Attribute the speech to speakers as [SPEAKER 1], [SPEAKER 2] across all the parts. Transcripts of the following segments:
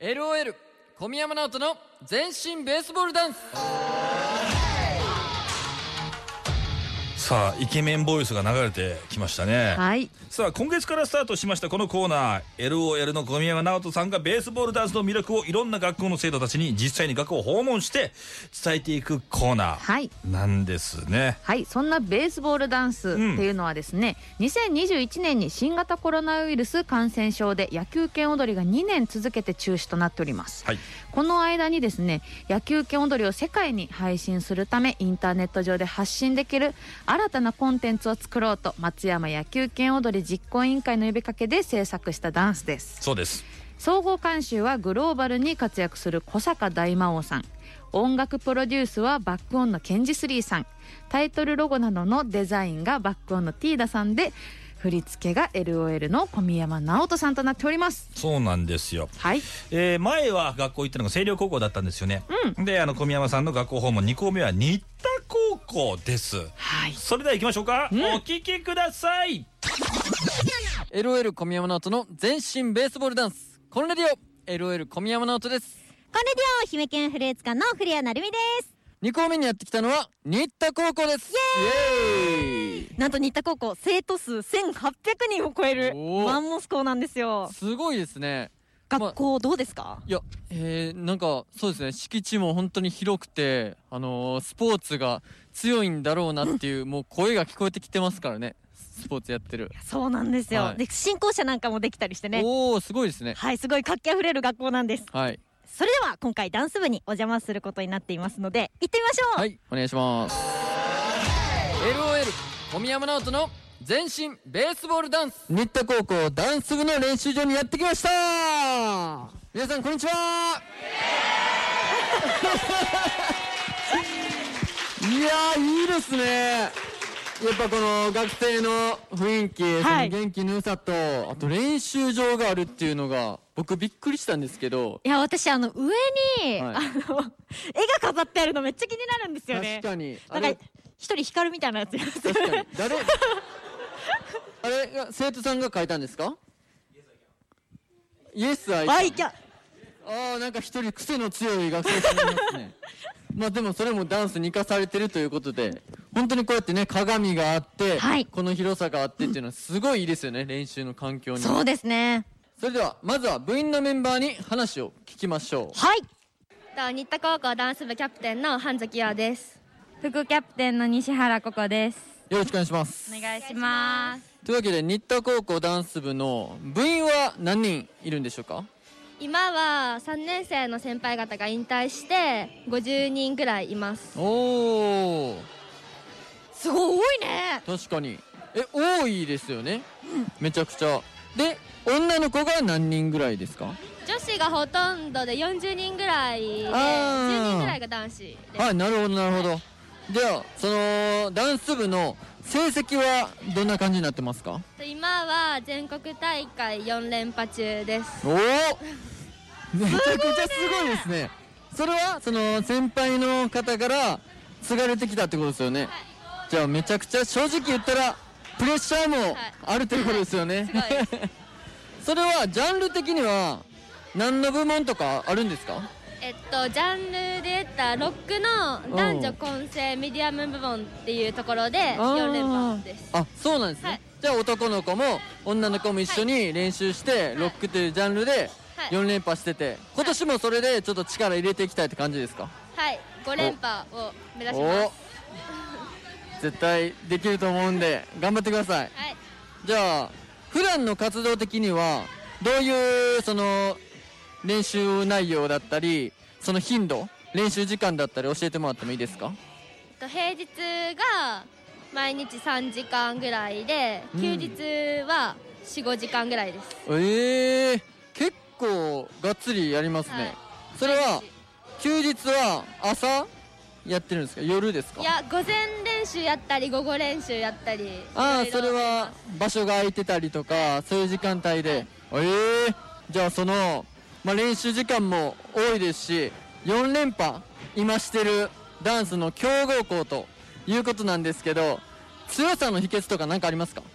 [SPEAKER 1] LOL 小宮山直人の全身ベースボールダンス
[SPEAKER 2] さあイケメンボイスが流れてきましたね、
[SPEAKER 3] はい。
[SPEAKER 2] さあ今月からスタートしましたこのコーナー LOL の小宮山直人さんがベースボールダンスの魅力をいろんな学校の生徒たちに実際に学校を訪問して伝えていくコーナ
[SPEAKER 3] はい。
[SPEAKER 2] ーなんですね
[SPEAKER 3] はい、そんなベースボールダンスって
[SPEAKER 2] ん
[SPEAKER 3] いうのはですね、2021年に新型コロナウイルス感染症で野球拳踊りが2年続けて中止となっております、
[SPEAKER 2] はい
[SPEAKER 3] この間にですね野球拳踊りを世界に配信するためインターネット上で発信できる新たなコンテンツを作ろうと松山野球拳踊り実行委員会の呼びかけで制作したダンスです
[SPEAKER 2] そうです
[SPEAKER 3] 総合監修はグローバルに活躍する小坂大魔王さん音楽プロデュースはバックオンのケンジスリーさんタイトルロゴなどのデザインがバックオンのティーダさんで振り付けが LOL の小宮山直人さんとなっております
[SPEAKER 2] そうなんですよ
[SPEAKER 3] はい
[SPEAKER 2] えー前は学校行ったのが星稜高校だったんですよね、であの小宮山さんの学校訪問2校目は新田高校です
[SPEAKER 3] はい
[SPEAKER 2] それでは行きましょうか、お聞きください
[SPEAKER 1] LOL 小宮山直人の全身ベースボールダンスこのレディオ LOL 小宮山直人です
[SPEAKER 4] これでは愛媛県フルーツ館の古谷なるみです
[SPEAKER 1] 2校目にやってきたのは新田高校ですイエーイ
[SPEAKER 4] なんと新田高校生徒数1800人を超える
[SPEAKER 1] おー
[SPEAKER 4] マンモス校なんですよ
[SPEAKER 1] すごいですね
[SPEAKER 4] 学校どうですか
[SPEAKER 1] いや、えー、なんかそうですね敷地も本当に広くて、あのースポーツが強いんだろうなっていうもう声が聞こえてきてますからねスポーツやってる、
[SPEAKER 4] そうなんですよ、
[SPEAKER 1] はい
[SPEAKER 4] で新校舎なんかもできたりしてね
[SPEAKER 1] おおすごいですね
[SPEAKER 4] はいすごい活気あふれる学校なんです
[SPEAKER 1] はい
[SPEAKER 4] それでは今回ダンス部にお邪魔することになっていますので行ってみましょう、
[SPEAKER 1] はいお願いします LOL 小宮山直人の全身ベースボールダンス新田高校ダンス部の練習場にやってきました皆さんこんにちはいやーいいですねやっぱこの学生の雰囲気、
[SPEAKER 4] はい
[SPEAKER 1] その元気の良さとあと練習場があるっていうのが僕びっくりしたんですけど
[SPEAKER 4] いや私あの上
[SPEAKER 1] は
[SPEAKER 4] に、
[SPEAKER 1] い
[SPEAKER 4] あの 絵が飾ってあるのめっちゃ気になるんですよね
[SPEAKER 1] 確かにあ
[SPEAKER 4] な
[SPEAKER 1] れ
[SPEAKER 4] んか一人光るみたいなやついます
[SPEAKER 1] 確かに誰あれが生徒さんが書いたんですかイエスアイ
[SPEAKER 4] はいキャ
[SPEAKER 1] ああなんか一人癖の強い学生さんがいますねまあでもそれもダンスに生かされてるということで本当にこうやってね鏡があって、
[SPEAKER 4] はい
[SPEAKER 1] この広さがあってっていうのはすごいいいですよね練習の環境に
[SPEAKER 4] そうですね
[SPEAKER 1] それではまずは部員のメンバーに話を聞きましょう
[SPEAKER 4] はい
[SPEAKER 5] と新田高校ダンス部キャプテンの半月陽です副キャプテンの西原ここです
[SPEAKER 1] よろしくお願いします
[SPEAKER 5] お願いします
[SPEAKER 1] というわけで新田高校ダンス部の部員は何人いるんでしょうか
[SPEAKER 5] 今は3年生の先輩方が引退して50人ぐらいいます
[SPEAKER 1] おお
[SPEAKER 4] すごい多いね
[SPEAKER 1] 確かにえ多いですよね、めちゃくちゃで女の子が何人ぐらいですか
[SPEAKER 5] 女子がほとんどで40人ぐらいで
[SPEAKER 1] あー
[SPEAKER 5] 10人ぐらいが男子です、
[SPEAKER 1] はいなるほどなるほど、ではそのダンス部の成績はどんな感じになってますか
[SPEAKER 5] と今は全国大会4連覇中です
[SPEAKER 1] おおめちゃくちゃすごいですねそれはその先輩の方から継がれてきたってことですよね、じゃあめちゃくちゃ正直言ったらプレッシャーもあるということですよね、
[SPEAKER 5] すごいです
[SPEAKER 1] それはジャンル的には何の部門とかあるんですか
[SPEAKER 5] えっとジャンルで言ったロックの男女混成ミディアム部門っていうところで4連覇です
[SPEAKER 1] あそうなんですね、
[SPEAKER 5] はい
[SPEAKER 1] じゃあ男の子も女の子も一緒に練習して、ロックというジャンルで
[SPEAKER 5] はい
[SPEAKER 1] 4連覇してて今年もそれでちょっと力入れていきたいって感じですか、
[SPEAKER 5] はい、5連覇を目指します。
[SPEAKER 1] 絶対できると思うんで頑張ってください
[SPEAKER 5] はい、
[SPEAKER 1] じゃあ普段の活動的にはどういうその練習内容だったりその頻度練習時間だったり教えてもらってもいいですか
[SPEAKER 5] と平日が毎日3時間ぐらいで、
[SPEAKER 1] うん
[SPEAKER 5] 休日は4、5時間ぐらいです。
[SPEAKER 1] ええ結構がっつりやりますね、
[SPEAKER 5] はい
[SPEAKER 1] それは
[SPEAKER 5] 毎
[SPEAKER 1] 休日は朝やってるんですか夜ですか
[SPEAKER 5] 日いや、午前練習やったり、午後練習やったり。
[SPEAKER 1] ああ
[SPEAKER 5] い
[SPEAKER 1] そ
[SPEAKER 5] ろ
[SPEAKER 1] れ
[SPEAKER 5] いろ
[SPEAKER 1] は場所が空いてたりとかそういう時間帯で、ええじゃあその、まあ、練習時間も多いですし4連覇今してるダンスの強豪校ということなんですけど強さの秘訣とか何かありますか
[SPEAKER 5] と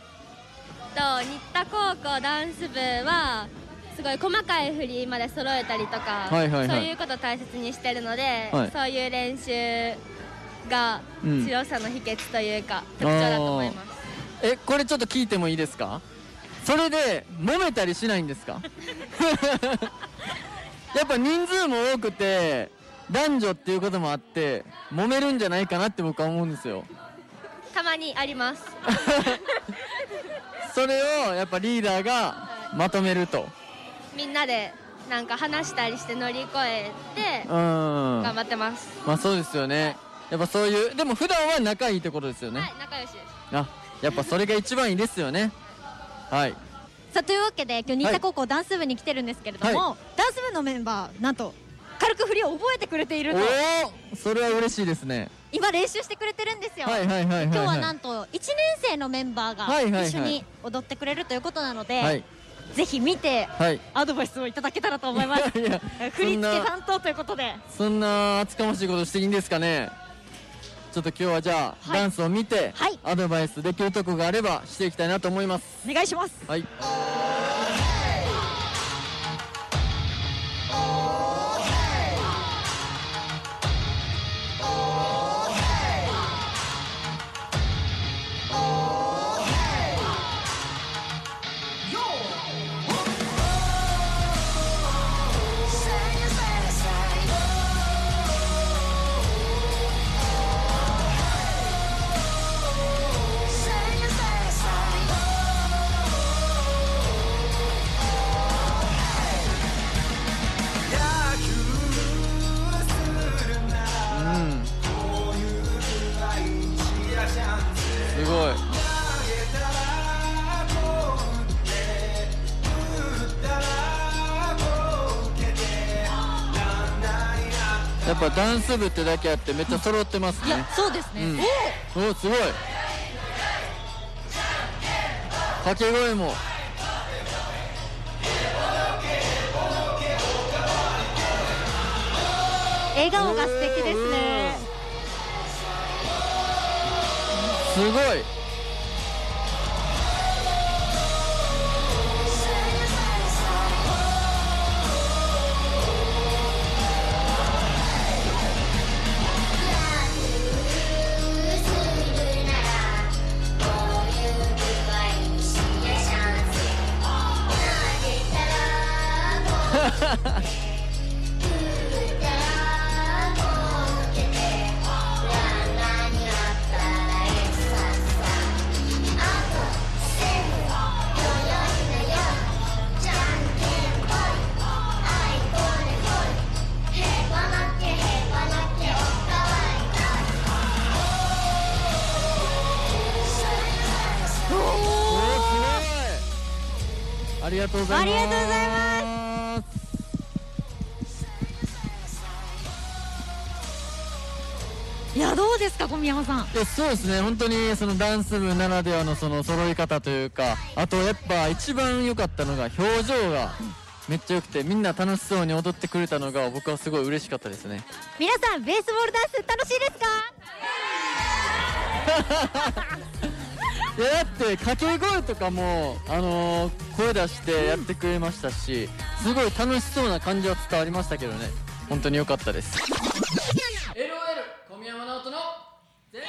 [SPEAKER 5] 新田高校ダンス部はすごい細かい振りまで揃えたりとか、
[SPEAKER 1] はいはいはい
[SPEAKER 5] そういうことを大切にしてるので、
[SPEAKER 1] はい
[SPEAKER 5] そういう練習が
[SPEAKER 1] うん
[SPEAKER 5] 強さの秘訣というか、特徴だと思います
[SPEAKER 1] えこれちょっと聞いてもいいですかそれで揉めたりしないんです かやっぱ人数も多くて男女っていうこともあって揉めるんじゃないかなって僕は思うんですよ
[SPEAKER 5] たまにあります
[SPEAKER 1] それをやっぱリーダーがまとめると
[SPEAKER 5] みんなでなんか話したりして乗り越えて
[SPEAKER 1] うんま
[SPEAKER 5] 頑張ってます、
[SPEAKER 1] あそうですよねやっぱそういうでも普段は仲いいってことですよね、
[SPEAKER 5] はい仲良しです
[SPEAKER 1] あやっぱそれが一番いいですよね はい
[SPEAKER 4] さあというわけで今日新田高校ダンス部に来てるんですけれども、
[SPEAKER 1] は
[SPEAKER 4] ダンス部のメンバーなんと軽く振りを覚えてくれていると
[SPEAKER 1] おおそれは嬉しいですね
[SPEAKER 4] 今練習してくれてるんですよ、
[SPEAKER 1] はいはいはいはい、はい、
[SPEAKER 4] 今日はなんと1年生のメンバー
[SPEAKER 1] はいはいは
[SPEAKER 4] が
[SPEAKER 1] い
[SPEAKER 4] 一緒に踊ってくれるということなので、
[SPEAKER 1] はい
[SPEAKER 4] ぜひ見て
[SPEAKER 1] はい
[SPEAKER 4] アドバイスをいただけたらと思います
[SPEAKER 1] いや
[SPEAKER 4] 振り付け担当ということで
[SPEAKER 1] そんな厚かましいことしていいんですかねちょっと今日はじゃあ、
[SPEAKER 4] はい
[SPEAKER 1] ダンスを見て、
[SPEAKER 4] はい
[SPEAKER 1] アドバイスできるとこがあればしていきたいなと思います
[SPEAKER 4] お願いします
[SPEAKER 1] はいうんすごいやっぱダンス部ってだけあってめっちゃ揃ってます
[SPEAKER 4] いや
[SPEAKER 1] ね
[SPEAKER 4] そうですね、
[SPEAKER 1] うん
[SPEAKER 4] お
[SPEAKER 1] おすごい掛け声も
[SPEAKER 4] 笑顔が素敵ですね
[SPEAKER 1] すごいおーすごいありがとうございます
[SPEAKER 4] ありがとうござい
[SPEAKER 1] ます
[SPEAKER 4] いやどうですか小宮山さん
[SPEAKER 1] いやそうですね本当にそのダンス部ならではのその揃い方というかあとやっぱ一番良かったのが表情がめっちゃ良くてみんな楽しそうに踊ってくれたのが僕はすごい嬉しかったですね
[SPEAKER 4] 皆さんベースボールダンス楽しいですか
[SPEAKER 1] いやだって掛け声とかも、あのー声出してやってくれましたしすごい楽しそうな感じは伝わりましたけどね本当に良かったです LOL 小宮山直人の全